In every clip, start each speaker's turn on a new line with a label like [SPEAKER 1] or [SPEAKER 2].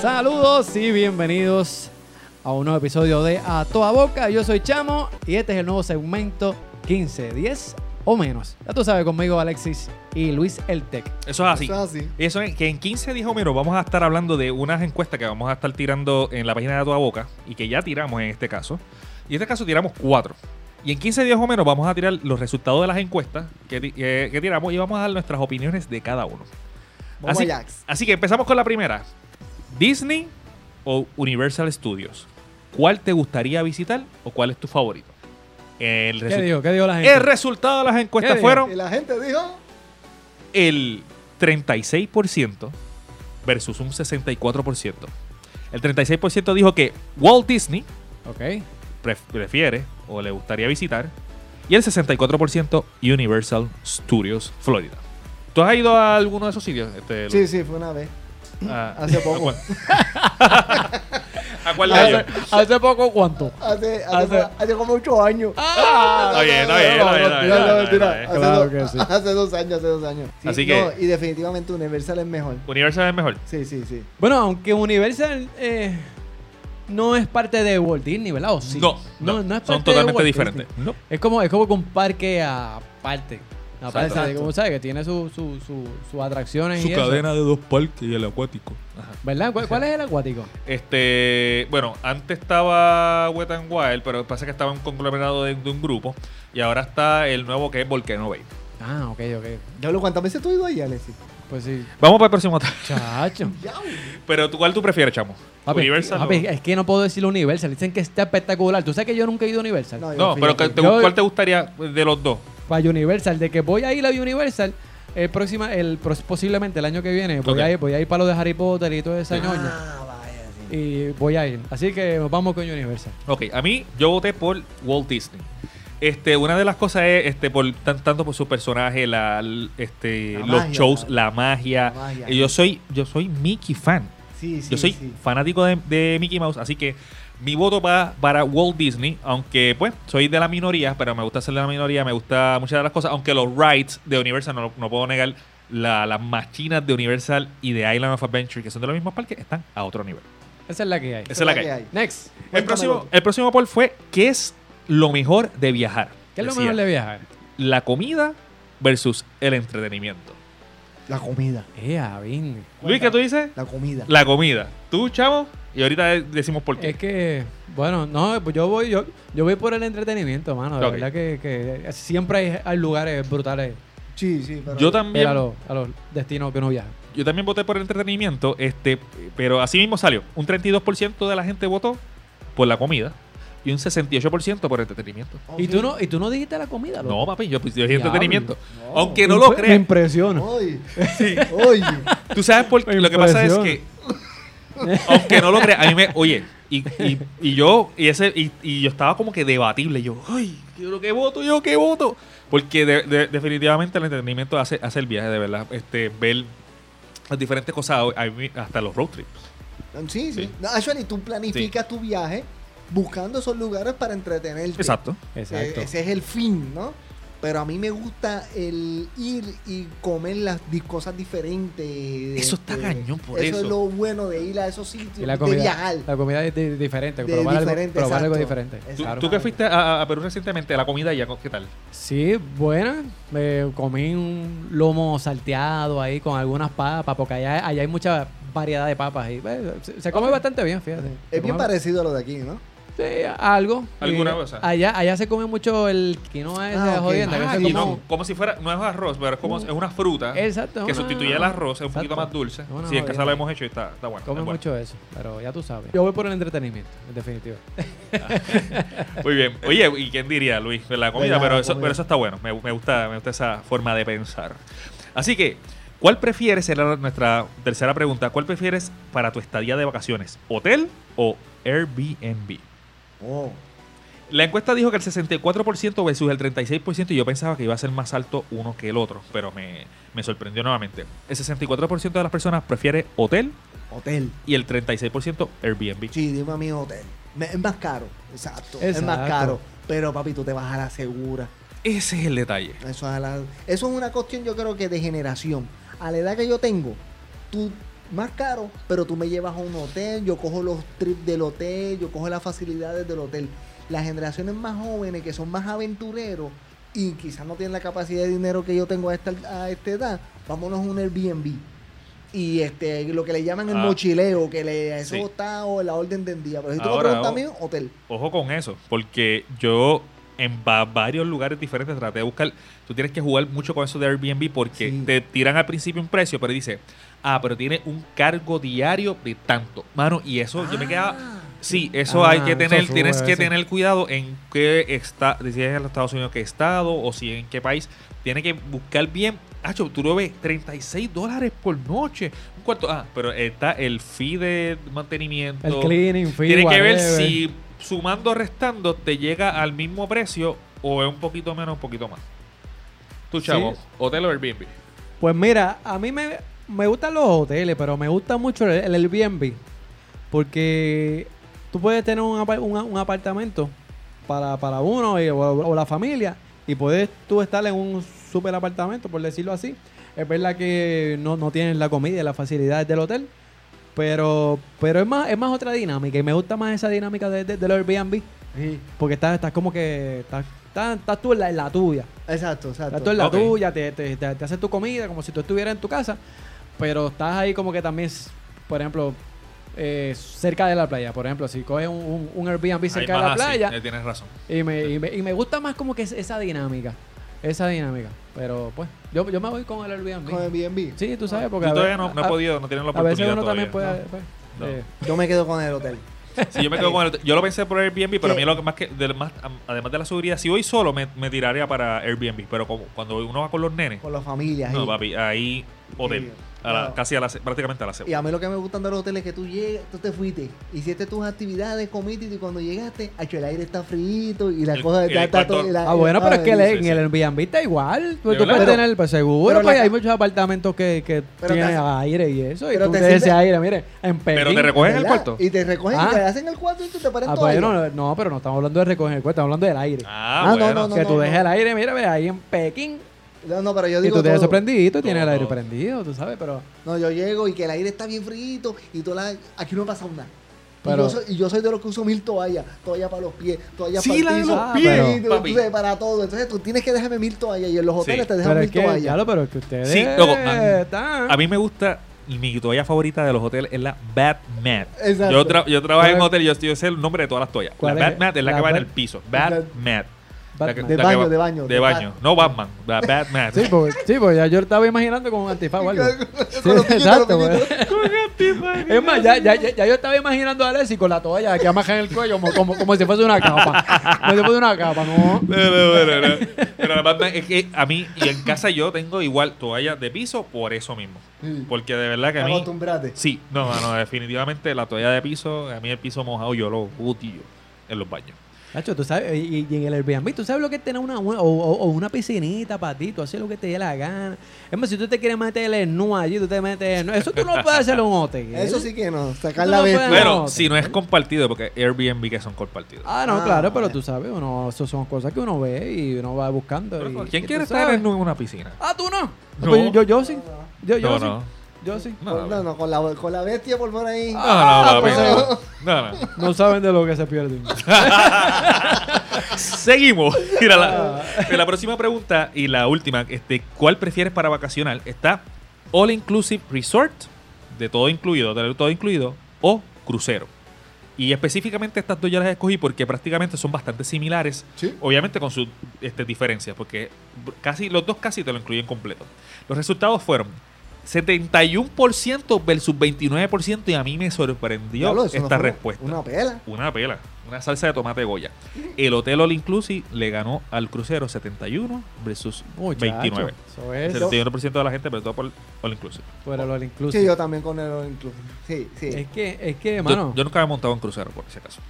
[SPEAKER 1] Saludos y bienvenidos a un nuevo episodio de A Toda Boca. Yo soy Chamo y este es el nuevo segmento 15, 10 o menos. Ya tú sabes, conmigo Alexis y Luis El Tech.
[SPEAKER 2] Eso es así.
[SPEAKER 3] Eso es así.
[SPEAKER 2] Eso es que en 15 días o menos vamos a estar hablando de unas encuestas que vamos a estar tirando en la página de Toda Boca y que ya tiramos en este caso. Y en este caso tiramos cuatro. Y en 15 días o menos vamos a tirar los resultados de las encuestas que, ti- que- que tiramos y vamos a dar nuestras opiniones de cada uno.
[SPEAKER 3] Vamos
[SPEAKER 2] así,
[SPEAKER 3] allá.
[SPEAKER 2] así que empezamos con la primera. Disney o Universal Studios. ¿Cuál te gustaría visitar o cuál es tu favorito? El,
[SPEAKER 1] ¿Qué
[SPEAKER 2] resu-
[SPEAKER 1] digo? ¿Qué digo la gente?
[SPEAKER 2] el resultado de las encuestas
[SPEAKER 1] dijo?
[SPEAKER 2] fueron
[SPEAKER 3] Y la gente dijo,
[SPEAKER 2] el 36% versus un 64%. El 36% dijo que Walt Disney
[SPEAKER 1] ok.
[SPEAKER 2] pref- prefiere o le gustaría visitar y el 64% Universal Studios Florida. ¿Tú has ido a alguno de esos sitios? Este,
[SPEAKER 3] sí, sí, fue una vez.
[SPEAKER 2] a-
[SPEAKER 3] hace poco.
[SPEAKER 2] ¿A cuál, ¿A cuál de
[SPEAKER 1] ¿Hace,
[SPEAKER 2] ellos?
[SPEAKER 1] hace poco cuánto?
[SPEAKER 3] Hace, hace,
[SPEAKER 1] Hace-
[SPEAKER 3] hace como ocho años.
[SPEAKER 2] Ah, Está bien, está bien, está bien, está bien,
[SPEAKER 3] Ah, No, no,
[SPEAKER 2] está bien,
[SPEAKER 3] mentira.
[SPEAKER 2] está bien.
[SPEAKER 3] Hace
[SPEAKER 1] Claro
[SPEAKER 3] dos-
[SPEAKER 1] que sí.
[SPEAKER 3] Hace dos años, hace dos años. Sí,
[SPEAKER 2] Así que-
[SPEAKER 3] no, y definitivamente Universal es mejor.
[SPEAKER 2] Universal es mejor.
[SPEAKER 3] Sí, sí, sí.
[SPEAKER 1] Bueno, aunque Universal eh, no es parte de Walt Disney, ¿verdad? ¿O sí?
[SPEAKER 2] No, no,
[SPEAKER 1] no, es parte
[SPEAKER 2] son
[SPEAKER 1] de
[SPEAKER 2] totalmente
[SPEAKER 1] Walt
[SPEAKER 2] diferentes.
[SPEAKER 1] Disney.
[SPEAKER 2] No.
[SPEAKER 1] Es como, es como que un parque aparte. Aparte,
[SPEAKER 3] Exacto.
[SPEAKER 1] como sabes, que tiene sus su, su- sus atracciones y
[SPEAKER 2] de dos parques y el acuático. Ajá.
[SPEAKER 1] Eso. ¿Verdad? ¿Cuál, cuál es el acuático?
[SPEAKER 2] Este, bueno, antes estaba Wet and Wild, pero pasa que estaba un conglomerado de, de un grupo. Y ahora está el nuevo que es Volcano Bay.
[SPEAKER 1] Ah, ok, ok.
[SPEAKER 3] Diablo, ¿cuántas veces tú has ido ahí, Alexis?
[SPEAKER 1] Pues sí.
[SPEAKER 2] Vamos para el próximo ataque.
[SPEAKER 1] Chacho.
[SPEAKER 3] Diablo.
[SPEAKER 2] Pero tú, ¿cuál tú prefieres, chamo?
[SPEAKER 1] Papi,
[SPEAKER 2] Universal.
[SPEAKER 1] papi,
[SPEAKER 2] o-
[SPEAKER 1] es que no puedo decir Universal. Dicen que está espectacular. Tú sabes que yo nunca he ido a Universal.
[SPEAKER 3] No,
[SPEAKER 2] No,
[SPEAKER 3] Yo fui,
[SPEAKER 2] pero
[SPEAKER 3] yo
[SPEAKER 2] que
[SPEAKER 3] fui.
[SPEAKER 2] te-
[SPEAKER 1] Yo-
[SPEAKER 2] ¿cuál te gustaría de los dos?
[SPEAKER 1] Para Universal, de que voy a ir a Universal el próxima, el pro- posiblemente el año que viene, voy,
[SPEAKER 2] Ok.
[SPEAKER 1] a ir, voy a ir para lo de Harry Potter y toda esa ñoña.
[SPEAKER 3] Ah, vaya, sí.
[SPEAKER 1] Y voy a ir. Así que nos vamos con Universal.
[SPEAKER 2] Ok, a mí yo voté por Walt Disney. Este, una de las cosas es este, por, tan- tanto por su personaje, la, l- este,
[SPEAKER 3] La
[SPEAKER 2] los
[SPEAKER 3] magia,
[SPEAKER 2] shows,
[SPEAKER 3] la-
[SPEAKER 2] la magia.
[SPEAKER 3] la magia.
[SPEAKER 2] Y yo soy, yo soy Mickey fan.
[SPEAKER 3] Sí, sí,
[SPEAKER 2] Yo soy
[SPEAKER 3] sí.
[SPEAKER 2] fanático de, de Mickey Mouse, así que mi voto va para Walt Disney, aunque pues soy de la minoría, pero me gusta ser de la minoría, me gusta muchas de las cosas, aunque los rides de Universal, no, no puedo negar, la- las machinas de Universal y de Island of Adventure, que son de los mismos parques, están a otro nivel.
[SPEAKER 1] Esa es la que hay.
[SPEAKER 2] Esa es la que hay.
[SPEAKER 1] Next.
[SPEAKER 2] El
[SPEAKER 3] Cuéntame
[SPEAKER 2] próximo,
[SPEAKER 3] otro.
[SPEAKER 2] el próximo poll fue, ¿qué es lo mejor de viajar?
[SPEAKER 1] ¿Qué es lo
[SPEAKER 2] Decía,
[SPEAKER 1] mejor de viajar?
[SPEAKER 2] La comida versus el entretenimiento.
[SPEAKER 3] La comida.
[SPEAKER 1] Eh, Avin.
[SPEAKER 2] Luis, ¿qué tú dices?
[SPEAKER 3] La comida.
[SPEAKER 2] La comida. Tú, chavo, y ahorita decimos por qué.
[SPEAKER 1] Es que, bueno, no, pues yo voy, yo, yo voy por el entretenimiento, mano. De
[SPEAKER 2] Ok.
[SPEAKER 1] verdad que, que siempre hay, hay lugares brutales
[SPEAKER 3] Sí, sí, pero...
[SPEAKER 2] yo
[SPEAKER 1] para ir
[SPEAKER 2] también
[SPEAKER 1] a los, a los destinos que uno viaja.
[SPEAKER 2] Yo también voté por el entretenimiento, este, pero así mismo salió. Un 32% de la gente votó por la comida y un 68% por entretenimiento.
[SPEAKER 3] Oh,
[SPEAKER 1] Y
[SPEAKER 3] sí.
[SPEAKER 1] tú no, y tú no dijiste la comida, loco?
[SPEAKER 2] No, papi, yo pues, yo dije
[SPEAKER 1] Diablo.
[SPEAKER 2] entretenimiento.
[SPEAKER 3] No.
[SPEAKER 2] Aunque no lo
[SPEAKER 1] Imp- Me
[SPEAKER 2] crean.
[SPEAKER 1] impresiona.
[SPEAKER 3] Oye. Oye.
[SPEAKER 2] Tú sabes por
[SPEAKER 1] Me
[SPEAKER 2] Lo que pasa es que,
[SPEAKER 1] impresiona.
[SPEAKER 2] aunque no lo crean, a mí me. Oye, y, y- y yo, y ese, y, y yo estaba como que debatible. Yo, ay, yo lo que voto, yo que voto. Porque de- de- definitivamente el entretenimiento hace, hace el viaje, de verdad. Este, ver las diferentes cosas, a mí- hasta los road trips.
[SPEAKER 3] Sí, sí.
[SPEAKER 2] Sí.
[SPEAKER 3] No, Ashwani, tú planificas tu viaje buscando esos lugares para entretenerte.
[SPEAKER 2] Exacto.
[SPEAKER 3] Eh,
[SPEAKER 1] Exacto.
[SPEAKER 3] Ese es el fin, ¿no? Pero a mí me gusta el ir y comer las di- cosas diferentes.
[SPEAKER 2] Eso está
[SPEAKER 3] este,
[SPEAKER 2] cañón por
[SPEAKER 3] Eso
[SPEAKER 2] eso.
[SPEAKER 3] es lo bueno de ir a esos sitios,
[SPEAKER 1] y la
[SPEAKER 3] de
[SPEAKER 1] comida,
[SPEAKER 3] viajar.
[SPEAKER 1] la comida es di- diferente,
[SPEAKER 3] De
[SPEAKER 1] probar,
[SPEAKER 3] diferente,
[SPEAKER 1] algo, probar algo
[SPEAKER 3] exacto.
[SPEAKER 1] diferente.
[SPEAKER 2] ¿Tú,
[SPEAKER 3] Claro.
[SPEAKER 2] tú que fuiste a, a Perú recientemente, la comida ya, ¿qué tal?
[SPEAKER 1] Sí, buena. Me comí un lomo salteado ahí con algunas papas, porque allá, allá hay mucha variedad de papas. Y, eh, se, se come bastante bien, fíjate. Se
[SPEAKER 3] Es bien
[SPEAKER 1] come-
[SPEAKER 3] parecido a lo de aquí, ¿no?
[SPEAKER 1] Sí, algo.
[SPEAKER 2] Alguna
[SPEAKER 1] Y
[SPEAKER 2] cosa.
[SPEAKER 1] Allá, allá se come mucho el quinoa ese
[SPEAKER 3] Ah, ok.
[SPEAKER 1] jodienda. que
[SPEAKER 3] Ah,
[SPEAKER 1] eso es
[SPEAKER 3] y
[SPEAKER 1] como-
[SPEAKER 2] No, como si fuera, no es arroz, pero es como es una fruta
[SPEAKER 1] Exacto.
[SPEAKER 2] que
[SPEAKER 1] una-
[SPEAKER 2] sustituye al arroz, es un poquito
[SPEAKER 1] Exacto.
[SPEAKER 2] más dulce.
[SPEAKER 1] Es una
[SPEAKER 2] Sí, en casa
[SPEAKER 1] jodienda.
[SPEAKER 2] lo hemos hecho y está, está bueno.
[SPEAKER 1] Come
[SPEAKER 2] es bueno.
[SPEAKER 1] mucho eso, pero ya tú sabes. Yo voy por el entretenimiento, en definitiva.
[SPEAKER 2] Muy bien. Oye, ¿y quién diría, Luis? La comida,
[SPEAKER 3] Verdad,
[SPEAKER 2] pero,
[SPEAKER 3] la
[SPEAKER 2] eso,
[SPEAKER 3] comida.
[SPEAKER 2] pero eso está bueno. Me, me gusta, me gusta esa forma de pensar. Así que, ¿cuál prefieres? Era nuestra tercera pregunta. ¿Cuál prefieres para tu estadía de vacaciones? ¿Hotel o Airbnb?
[SPEAKER 3] Oh.
[SPEAKER 2] La encuesta dijo que el 64% versus el 36% y yo pensaba que iba a ser más alto uno que el otro, pero me, me sorprendió nuevamente. El 64% de las personas prefiere hotel
[SPEAKER 3] Hotel.
[SPEAKER 2] y el 36% Airbnb.
[SPEAKER 3] Sí, dime a mí hotel. Me- es más caro. Exacto. Es
[SPEAKER 1] Exacto.
[SPEAKER 3] más caro. Pero papi, tú te vas a la segura.
[SPEAKER 2] Ese es el detalle.
[SPEAKER 3] Eso es, a la- eso es una cuestión, yo creo que de generación. A la edad que yo tengo, tú más caro, pero tú me llevas a un hotel, yo cojo los trips del hotel, yo cojo las facilidades del hotel. Las generaciones más jóvenes que son más aventureros y quizás no tienen la capacidad de dinero que yo tengo a esta, a esta edad, vámonos a un Airbnb. Y este, lo que le llaman el
[SPEAKER 2] Ah.
[SPEAKER 3] mochileo, que le, eso
[SPEAKER 2] Sí.
[SPEAKER 3] está o la orden del día. Pero si tú
[SPEAKER 2] Ahora, oh.
[SPEAKER 3] me preguntas
[SPEAKER 2] o-
[SPEAKER 3] a mí, hotel.
[SPEAKER 2] Ojo con eso, porque yo en va- varios lugares diferentes traté de buscar. Tú tienes que jugar mucho con eso de Airbnb porque
[SPEAKER 3] Sí.
[SPEAKER 2] te tiran al principio un precio, pero dice, ah, pero tiene un cargo diario de tanto. Mano, y eso
[SPEAKER 3] Ah.
[SPEAKER 2] yo me quedaba. Sí, eso
[SPEAKER 1] Ah,
[SPEAKER 2] hay que
[SPEAKER 1] eso
[SPEAKER 2] tener,
[SPEAKER 1] sube
[SPEAKER 2] tienes
[SPEAKER 1] a
[SPEAKER 2] que
[SPEAKER 1] veces.
[SPEAKER 2] tener cuidado en qué está, si es en los Estados Unidos qué estado o si en qué país, tiene que buscar bien. Hacho, tú lo ves, 36 dólares por noche. Un cuarto, ah, pero está el fee de mantenimiento.
[SPEAKER 1] El cleaning, fee,
[SPEAKER 2] Tiene que ver
[SPEAKER 1] whatever.
[SPEAKER 2] si sumando o restando te llega al mismo precio o es un poquito menos, un poquito más. Tú, chavo,
[SPEAKER 1] Sí.
[SPEAKER 2] hotel o Airbnb.
[SPEAKER 1] Pues mira, a mí me, me gustan los hoteles, pero me gusta mucho el, el Airbnb. Porque tú puedes tener un, apar- un- un apartamento para, para uno y- o, o la familia y puedes tú estar en un super apartamento, por decirlo así. Es verdad que no, no tienes la comida y las facilidades del hotel, pero, pero es, más, es más otra dinámica y me gusta más esa dinámica de, de- del Airbnb. Porque estás, estás como que... Estás, estás- estás tú en la- en la tuya.
[SPEAKER 3] Exacto, exacto.
[SPEAKER 1] Tú en la
[SPEAKER 2] Ok.
[SPEAKER 1] tuya, te, te, te- te haces tu comida como si tú estuvieras en tu casa, pero estás ahí como que también, s- por ejemplo, eh, cerca de la playa. Por ejemplo, si coges un, un- un Airbnb cerca
[SPEAKER 2] Ahí
[SPEAKER 1] de la
[SPEAKER 2] más así,
[SPEAKER 1] playa,
[SPEAKER 2] eh, tienes razón.
[SPEAKER 1] y, me, y, me, y me gusta más como que es- esa dinámica. Esa dinámica. Pero pues, yo, yo me voy con el Airbnb.
[SPEAKER 3] Con Airbnb.
[SPEAKER 1] Sí, tú sabes, porque
[SPEAKER 2] Yo
[SPEAKER 1] a
[SPEAKER 2] todavía
[SPEAKER 1] ve-
[SPEAKER 2] no, no he
[SPEAKER 1] a-
[SPEAKER 2] podido, no tienen la
[SPEAKER 1] A veces
[SPEAKER 2] oportunidad
[SPEAKER 1] uno también
[SPEAKER 2] todavía.
[SPEAKER 1] puede... pues,
[SPEAKER 2] No.
[SPEAKER 1] eh,
[SPEAKER 3] Yo me quedo con el hotel.
[SPEAKER 2] Sí, yo me quedo con el- yo lo pensé por Airbnb, pero a mí
[SPEAKER 3] ¿Qué?
[SPEAKER 2] lo que más que del más, am- además de la seguridad, si voy solo me, me tiraría para Airbnb, pero como cuando uno va con los nenes,
[SPEAKER 3] Con las familias.
[SPEAKER 2] no
[SPEAKER 3] y-
[SPEAKER 2] papi, ahí hotel,
[SPEAKER 3] Sí,
[SPEAKER 2] a la-
[SPEAKER 3] claro.
[SPEAKER 2] casi a la, se- prácticamente a la
[SPEAKER 3] Y
[SPEAKER 2] segunda.
[SPEAKER 3] a mí lo que me gustan de los hoteles es que tú llegas, tú te fuiste, hiciste tus actividades, comiste y cuando llegaste, acho, el aire está frito y la
[SPEAKER 2] El-
[SPEAKER 3] cosa
[SPEAKER 2] el
[SPEAKER 3] ya está
[SPEAKER 2] cuarto-
[SPEAKER 3] todo- y la-
[SPEAKER 1] Ah, bueno, pero es que
[SPEAKER 3] ¿sabes?
[SPEAKER 1] le-
[SPEAKER 2] sí,
[SPEAKER 1] en
[SPEAKER 2] sí.
[SPEAKER 1] el Airbnb está igual. Tú,
[SPEAKER 2] ¿De
[SPEAKER 1] tú puedes
[SPEAKER 2] verdad?
[SPEAKER 1] tener, pues seguro,
[SPEAKER 3] pero
[SPEAKER 1] pues
[SPEAKER 3] la-
[SPEAKER 1] hay muchos apartamentos que, que
[SPEAKER 3] Pero
[SPEAKER 1] tienen
[SPEAKER 3] te-
[SPEAKER 1] aire y eso. Y
[SPEAKER 3] pero
[SPEAKER 1] tú
[SPEAKER 3] te
[SPEAKER 1] te ese
[SPEAKER 3] sirve-
[SPEAKER 1] aire, mire, en
[SPEAKER 2] Pero
[SPEAKER 1] Pekín.
[SPEAKER 2] te recogen el
[SPEAKER 3] ¿Verdad?
[SPEAKER 2] cuarto.
[SPEAKER 3] Y te recogen,
[SPEAKER 1] Ah.
[SPEAKER 3] te hacen el cuarto y tú te paras
[SPEAKER 1] Ah,
[SPEAKER 3] todo
[SPEAKER 1] pues
[SPEAKER 3] ahí.
[SPEAKER 1] no, no, pero no estamos hablando de recoger el cuarto, estamos hablando del aire.
[SPEAKER 2] Ah,
[SPEAKER 3] Ah, no,
[SPEAKER 2] bueno.
[SPEAKER 3] no, no.
[SPEAKER 1] que tú dejes el aire, mira, mira, ahí en Pekín.
[SPEAKER 3] No, no, pero yo
[SPEAKER 1] Y
[SPEAKER 3] digo
[SPEAKER 1] tú te ves
[SPEAKER 3] todo.
[SPEAKER 1] sorprendido, y tienes el aire
[SPEAKER 2] Todo.
[SPEAKER 1] prendido, tú sabes, pero.
[SPEAKER 3] No, yo llego y que el aire está bien frito y toda la, aquí no pasa nada. Y
[SPEAKER 1] Pero-
[SPEAKER 3] yo soy- Y, yo soy, de los que uso mil toallas, toallas para los pies, toallas
[SPEAKER 2] Sí,
[SPEAKER 3] para el
[SPEAKER 2] la de
[SPEAKER 3] piso,
[SPEAKER 1] los
[SPEAKER 3] ah,
[SPEAKER 1] pies,
[SPEAKER 3] pero- y tú-
[SPEAKER 2] papi.
[SPEAKER 3] tú sabes, para todo. Entonces tú tienes que dejarme mil toallas y en los hoteles
[SPEAKER 2] Sí.
[SPEAKER 3] te dejan
[SPEAKER 1] Pero
[SPEAKER 3] mil
[SPEAKER 1] es que,
[SPEAKER 3] toallas.
[SPEAKER 1] ya lo, pero es que ustedes.
[SPEAKER 2] Sí, loco, a-
[SPEAKER 1] están-
[SPEAKER 2] A mí me gusta y mi toalla favorita de los hoteles es la Batman.
[SPEAKER 3] Exacto.
[SPEAKER 2] Yo, tra- yo trabajé en
[SPEAKER 1] ¿Cuál
[SPEAKER 2] un
[SPEAKER 1] es?
[SPEAKER 2] hotel y yo, yo sé el nombre de todas las toallas. La
[SPEAKER 1] ¿Cuál es?
[SPEAKER 2] Batman es la
[SPEAKER 1] La
[SPEAKER 2] que va en
[SPEAKER 1] Bat-
[SPEAKER 2] el piso.
[SPEAKER 3] Bat-
[SPEAKER 2] Batman. La que-
[SPEAKER 1] Batman.
[SPEAKER 3] De
[SPEAKER 2] la que
[SPEAKER 3] baño,
[SPEAKER 2] va-
[SPEAKER 3] de baño,
[SPEAKER 2] De
[SPEAKER 3] de
[SPEAKER 2] baño.
[SPEAKER 3] ba-
[SPEAKER 2] No Batman, la Batman.
[SPEAKER 1] Sí, porque, sí, porque ya yo estaba imaginando con un antifaz o algo. Sí,
[SPEAKER 3] Con los piñitos,
[SPEAKER 1] exacto,
[SPEAKER 3] los
[SPEAKER 1] pues. Es más, ya, ya, ya, ya yo estaba imaginando a Alexis con la toalla que amaja en el cuello como, como, como si fuese una capa. Como si fuese una capa, ¿no?
[SPEAKER 2] No, no, no, no, no. Pero la Batman es que a mí y en casa yo tengo igual toallas de piso por eso mismo.
[SPEAKER 1] Mm.
[SPEAKER 3] Sí.
[SPEAKER 2] Porque de verdad que a mí.
[SPEAKER 3] Acostúmbrate.
[SPEAKER 2] Sí, no, no, no, definitivamente la toalla de piso, a mí el piso mojado yo lo odio en los baños.
[SPEAKER 1] Nacho, tú sabes, y, y en el Airbnb, tú sabes lo que es tener una, una- o, o- o una piscinita para ti, tú haces lo que te dé la gana. Es más, si tú te quieres meter el nu allí, tú te metes el nu. Eso tú no puedes hacer en un hotel.
[SPEAKER 3] Eso sí que no, sacar
[SPEAKER 1] Tú
[SPEAKER 3] la
[SPEAKER 1] no puedes-
[SPEAKER 3] bestia.
[SPEAKER 2] Bueno,
[SPEAKER 1] Ah, No,
[SPEAKER 2] si no es compartido, porque Airbnb que son compartidos.
[SPEAKER 1] Ah, no,
[SPEAKER 3] Ah,
[SPEAKER 1] claro, pero
[SPEAKER 3] ya.
[SPEAKER 1] tú sabes, uno, eso son cosas que uno ve y uno va buscando.
[SPEAKER 2] Pero,
[SPEAKER 1] y-
[SPEAKER 2] ¿Quién
[SPEAKER 1] y
[SPEAKER 2] quiere
[SPEAKER 1] tú
[SPEAKER 2] estar
[SPEAKER 1] sabes.
[SPEAKER 2] en una piscina?
[SPEAKER 1] Ah, tú no.
[SPEAKER 2] No.
[SPEAKER 1] Pues yo, yo sí. Yo, yo
[SPEAKER 2] No,
[SPEAKER 1] sí.
[SPEAKER 2] no.
[SPEAKER 1] Yo sí.
[SPEAKER 2] No,
[SPEAKER 3] Con- No, no, con la, con la bestia por por ahí.
[SPEAKER 2] No, no,
[SPEAKER 1] pues
[SPEAKER 2] papi,
[SPEAKER 1] no.
[SPEAKER 2] no. No, no.
[SPEAKER 1] No saben de lo que se pierden.
[SPEAKER 2] Seguimos. Mira, la,
[SPEAKER 3] Ah.
[SPEAKER 2] mira, la próxima pregunta y la última, este, ¿cuál prefieres para vacacional? Está All Inclusive Resort, de todo incluido, de todo incluido, o crucero. Y específicamente estas dos yo las escogí porque prácticamente son bastante similares,
[SPEAKER 3] Sí.
[SPEAKER 2] obviamente con sus este, diferencias, porque casi los dos casi te lo incluyen completo. Los resultados fueron 71% versus 29% y a mí me sorprendió
[SPEAKER 3] Diablo, eso
[SPEAKER 2] esta
[SPEAKER 3] no fue una-
[SPEAKER 2] respuesta.
[SPEAKER 3] Una pela.
[SPEAKER 2] Una pela, una salsa de tomate Goya. El hotel All Inclusive le ganó al crucero 71 versus
[SPEAKER 1] Muchacho,
[SPEAKER 2] 29.
[SPEAKER 1] Eso es.
[SPEAKER 2] El 71% de la gente pero todo por All Inclusive.
[SPEAKER 1] Fuera lo del
[SPEAKER 3] Sí,
[SPEAKER 1] inclusive.
[SPEAKER 3] yo también con el incluso. Sí, sí.
[SPEAKER 1] Es que, es que,
[SPEAKER 2] Yo,
[SPEAKER 1] mano.
[SPEAKER 2] yo nunca me he montado en crucero, por si acaso.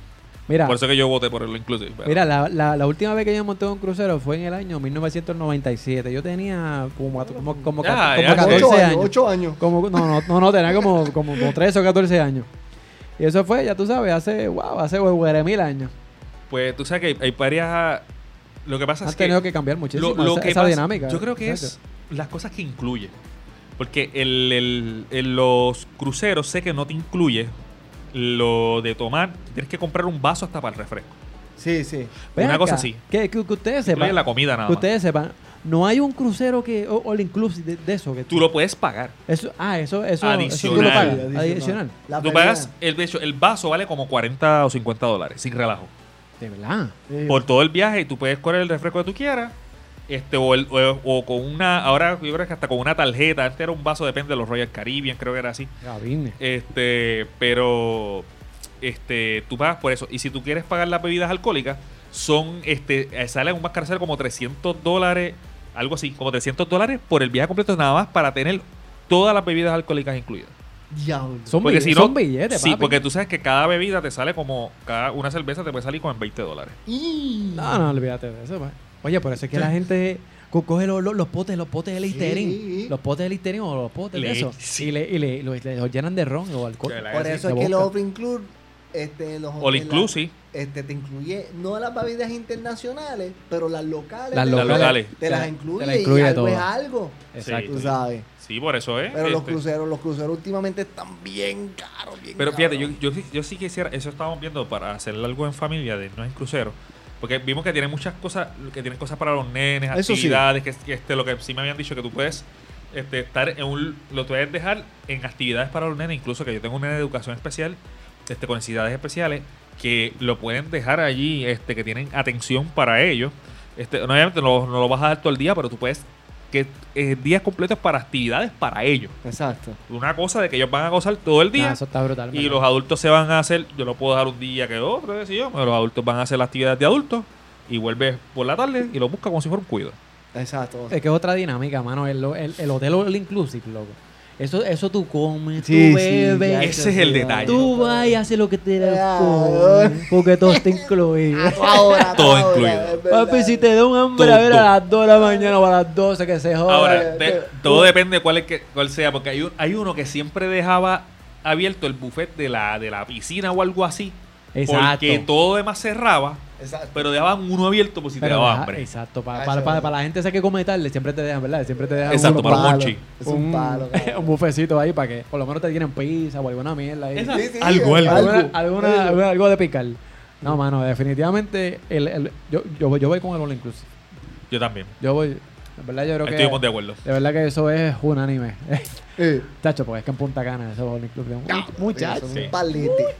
[SPEAKER 1] mira,
[SPEAKER 2] Por eso que yo voté por el All Inclusive. pero-
[SPEAKER 1] mira la, la, la última vez que yo monté un crucero fue en el año 1997. Yo tenía como, at- como, como, ca-
[SPEAKER 2] Ah,
[SPEAKER 1] como
[SPEAKER 2] ya, ya.
[SPEAKER 1] 14
[SPEAKER 3] Ocho años,
[SPEAKER 1] años.
[SPEAKER 3] ocho años.
[SPEAKER 1] Como, no, no, no, no, tenía como, como, como 13 o 14 años. Y eso fue, ya tú sabes, hace, wow, hace huele mil años.
[SPEAKER 2] Pues tú sabes que hay, hay varias. Lo que pasa
[SPEAKER 1] Han
[SPEAKER 2] es que.
[SPEAKER 1] tenido que cambiar muchísimo
[SPEAKER 2] lo- lo
[SPEAKER 1] esa,
[SPEAKER 2] que
[SPEAKER 1] esa
[SPEAKER 2] pasa-
[SPEAKER 1] dinámica.
[SPEAKER 2] Yo creo que
[SPEAKER 1] Exacto.
[SPEAKER 2] es las cosas que incluye. Porque el- el- el- los cruceros sé que no te incluye lo de tomar. Tienes que comprar un vaso hasta para el refresco.
[SPEAKER 3] Sí, sí.
[SPEAKER 1] Ven
[SPEAKER 2] Una cosa
[SPEAKER 1] acá,
[SPEAKER 2] así.
[SPEAKER 1] Que, que- que ustedes
[SPEAKER 2] Incluye
[SPEAKER 1] sepan.
[SPEAKER 2] la comida nada
[SPEAKER 1] que
[SPEAKER 2] más.
[SPEAKER 1] ustedes sepan. No hay un crucero que. O, all inclusive de, de eso. Que
[SPEAKER 2] Tú lo puedes pagar.
[SPEAKER 1] Eso, ah, eso, eso, eso tú lo
[SPEAKER 2] Adicional.
[SPEAKER 1] pagas. Adicional.
[SPEAKER 3] La
[SPEAKER 2] Tú
[SPEAKER 3] pelea.
[SPEAKER 2] pagas, el, de hecho, el vaso vale como 40 o 50 dólares, sin relajo.
[SPEAKER 1] De verdad.
[SPEAKER 3] Sí.
[SPEAKER 2] Por todo el viaje y tú puedes correr el refresco que tú quieras. Este, o, el- o- o con una, ahora yo creo que hasta con una tarjeta, este era un vaso, depende de los Royal Caribbean, creo que era así.
[SPEAKER 1] Gabine.
[SPEAKER 2] Este, pero este, tú pagas por eso. Y si tú quieres pagar las bebidas alcohólicas, son, este, eh, salen un mascarcel como 300 dólares, algo así, como 300 dólares por el viaje completo, nada más para tener todas las bebidas alcohólicas incluidas.
[SPEAKER 3] Diablo.
[SPEAKER 1] Son,
[SPEAKER 2] Porque
[SPEAKER 1] bille-
[SPEAKER 2] si no-
[SPEAKER 1] son billetes,
[SPEAKER 2] Sí,
[SPEAKER 1] papi.
[SPEAKER 2] porque tú sabes que cada bebida te sale como, cada una cerveza te puede salir como en 20 dólares.
[SPEAKER 3] Y-
[SPEAKER 1] Ah, No, no, olvídate de eso. pa. Oye, por eso es que la gente co- coge los, los- los potes, los potes de Listerine.
[SPEAKER 3] Sí.
[SPEAKER 1] Los potes de Listerine o los potes de
[SPEAKER 2] Le-
[SPEAKER 1] eso.
[SPEAKER 2] sí.
[SPEAKER 1] Y, le, y le- lo- le- los llenan de ron o alcohol.
[SPEAKER 2] Que la-
[SPEAKER 3] Por
[SPEAKER 2] sí,
[SPEAKER 3] eso
[SPEAKER 1] de
[SPEAKER 3] es que
[SPEAKER 1] boca.
[SPEAKER 3] los Open Club este, los
[SPEAKER 2] All
[SPEAKER 3] hoteles,
[SPEAKER 2] inclusive.
[SPEAKER 3] este, te incluye no las bebidas internacionales, pero las locales.
[SPEAKER 1] Las
[SPEAKER 3] te
[SPEAKER 1] locales.
[SPEAKER 3] Te
[SPEAKER 1] Te
[SPEAKER 3] las
[SPEAKER 1] la-
[SPEAKER 3] incluye.
[SPEAKER 1] te la incluye
[SPEAKER 3] y algo
[SPEAKER 1] todo.
[SPEAKER 3] es algo.
[SPEAKER 1] Exacto.
[SPEAKER 3] Tú sabes.
[SPEAKER 2] Sí, por eso es.
[SPEAKER 3] Pero los
[SPEAKER 2] este.
[SPEAKER 3] cruceros, los cruceros últimamente están bien caros. bien
[SPEAKER 2] Pero fíjate, yo,
[SPEAKER 3] caros.
[SPEAKER 2] yo, sí- yo sí quisiera, eso estábamos viendo para hacer algo en familia, de no en crucero. Porque vimos que tienen muchas cosas, que tienen cosas para los nenes,
[SPEAKER 3] Eso sí.
[SPEAKER 2] actividades, que, que, este, lo que sí me habían dicho, que tú puedes este, estar en un, lo puedes dejar en actividades para los nenes, incluso que yo tengo un nene de educación especial, este, con necesidades especiales, que lo pueden dejar allí, este, que tienen atención para ellos. Este, no, obviamente no, no lo vas a dar todo el día, pero tú puedes que eh, días completos para actividades para ellos.
[SPEAKER 3] Exacto.
[SPEAKER 2] Una cosa de que ellos van a gozar todo el día.
[SPEAKER 1] Nah, eso está brutal.
[SPEAKER 2] Y
[SPEAKER 1] mano.
[SPEAKER 2] los adultos se van a hacer, yo lo puedo dejar un día que otro, qué sé yo, pero los adultos van a hacer las actividades de adultos y vuelves por la tarde y lo busca como si fuera un cuido.
[SPEAKER 3] Exacto.
[SPEAKER 1] Es que es otra dinámica, mano. El, el, el hotel all inclusive, loco. Eso, eso tú comes,
[SPEAKER 3] Sí,
[SPEAKER 1] tú
[SPEAKER 3] sí,
[SPEAKER 1] bebes,
[SPEAKER 3] ya,
[SPEAKER 2] Ese es
[SPEAKER 3] sí,
[SPEAKER 2] el
[SPEAKER 3] ya.
[SPEAKER 2] detalle.
[SPEAKER 1] tú vas y haces lo que te da
[SPEAKER 3] Ya,
[SPEAKER 1] cojones, Porque todo está incluido.
[SPEAKER 3] Ahora,
[SPEAKER 2] Todo
[SPEAKER 3] ahora,
[SPEAKER 2] incluido.
[SPEAKER 3] es verdad.
[SPEAKER 1] Papi, si te da un hambre, a ver,
[SPEAKER 2] Todo.
[SPEAKER 1] a las 2 de la mañana o a las 12 que se joda.
[SPEAKER 2] Ahora, de-
[SPEAKER 3] eh,
[SPEAKER 2] todo depende de cuál, es que, cuál sea, porque hay, un- hay uno que siempre dejaba abierto el buffet de la, de la piscina o algo así,
[SPEAKER 1] Exacto.
[SPEAKER 2] porque todo demás cerraba,
[SPEAKER 3] Exacto.
[SPEAKER 2] pero dejaban uno abierto por si te
[SPEAKER 1] Pero
[SPEAKER 2] daba
[SPEAKER 1] deja-
[SPEAKER 2] hambre.
[SPEAKER 1] Exacto, para,
[SPEAKER 3] Ah,
[SPEAKER 1] para,
[SPEAKER 3] sí,
[SPEAKER 1] para,
[SPEAKER 3] verdad.
[SPEAKER 1] para la gente esa que come tarde, siempre te dejan, ¿verdad? Siempre te dejan
[SPEAKER 2] Exacto,
[SPEAKER 1] un,
[SPEAKER 2] para un
[SPEAKER 3] palo.
[SPEAKER 2] monchi.
[SPEAKER 3] Es un palo. cabrón.
[SPEAKER 1] un bufecito ahí para que por lo menos te tienen pizza o alguna mierda ahí.
[SPEAKER 2] Esa-
[SPEAKER 3] Sí, sí,
[SPEAKER 2] Algo,
[SPEAKER 3] es
[SPEAKER 2] algo.
[SPEAKER 1] Alguna- alguna-
[SPEAKER 3] algo.
[SPEAKER 1] alguna- algo de picar. No, mano, definitivamente el, el- yo, yo, voy- yo voy con el All Inclusive.
[SPEAKER 2] Yo también.
[SPEAKER 1] Yo voy, en verdad yo creo que
[SPEAKER 2] Estuvimos de acuerdo.
[SPEAKER 1] de verdad que eso es unánime.
[SPEAKER 3] Eh,
[SPEAKER 1] Chacho, pues es que en Punta Cana eso es All Inclusive.
[SPEAKER 3] Muchacho,
[SPEAKER 1] Muchachos.
[SPEAKER 2] Sí.
[SPEAKER 3] un palete.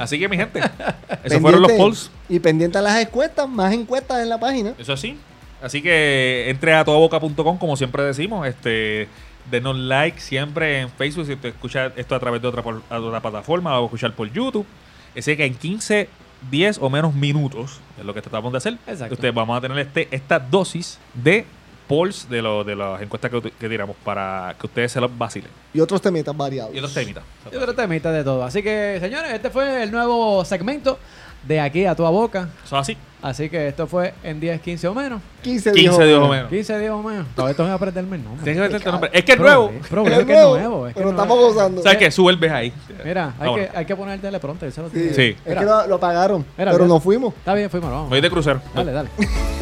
[SPEAKER 2] Así que mi gente, esos fueron los
[SPEAKER 3] Pendiente-
[SPEAKER 2] polls.
[SPEAKER 3] Y pendiente a las encuestas, más encuestas en la página.
[SPEAKER 2] Eso sí. Así que entre a todaboca.com, como siempre decimos. Este, denos like siempre en Facebook si te escuchas esto a través de otra, por- a otra plataforma o escuchar por YouTube. Así que en 15, 10 o menos minutos, es lo que tratamos de hacer.
[SPEAKER 1] Exacto.
[SPEAKER 2] Ustedes vamos a tener este, esta dosis de polls de, lo- de las encuestas que, que tiramos para que ustedes se los vacilen.
[SPEAKER 3] Y otros temitas variados.
[SPEAKER 2] Y otros temitas.
[SPEAKER 1] Y otro temita de todo. Así que, señores, este fue el nuevo segmento de aquí a toda boca.
[SPEAKER 2] Eso es así.
[SPEAKER 1] Así que esto fue en 10, 15 o menos.
[SPEAKER 3] 15 días.
[SPEAKER 2] 15 de o menos.
[SPEAKER 1] 15 días o menos. Todavía tengo que aprenderme el nombre.
[SPEAKER 2] Tienes que ah, meterte el nombre. Es que es nuevo.
[SPEAKER 1] Bro,
[SPEAKER 3] Es
[SPEAKER 1] es que es
[SPEAKER 3] nuevo,
[SPEAKER 1] nuevo. Es que
[SPEAKER 3] pero
[SPEAKER 1] es nuevo.
[SPEAKER 3] estamos gozando.
[SPEAKER 2] ¿Sabes qué? Sube el vez ahí.
[SPEAKER 1] Mira, hay,
[SPEAKER 2] Vámonos.
[SPEAKER 1] que, hay que poner el teleprompter. Yo se lo
[SPEAKER 3] Sí.
[SPEAKER 1] dije.
[SPEAKER 2] Sí.
[SPEAKER 3] Es que lo, lo pagaron,
[SPEAKER 1] Mira,
[SPEAKER 3] pero
[SPEAKER 1] mira.
[SPEAKER 3] nos fuimos.
[SPEAKER 1] Está bien, fuimos, vamos.
[SPEAKER 2] Voy de crucero.
[SPEAKER 1] Dale, dale.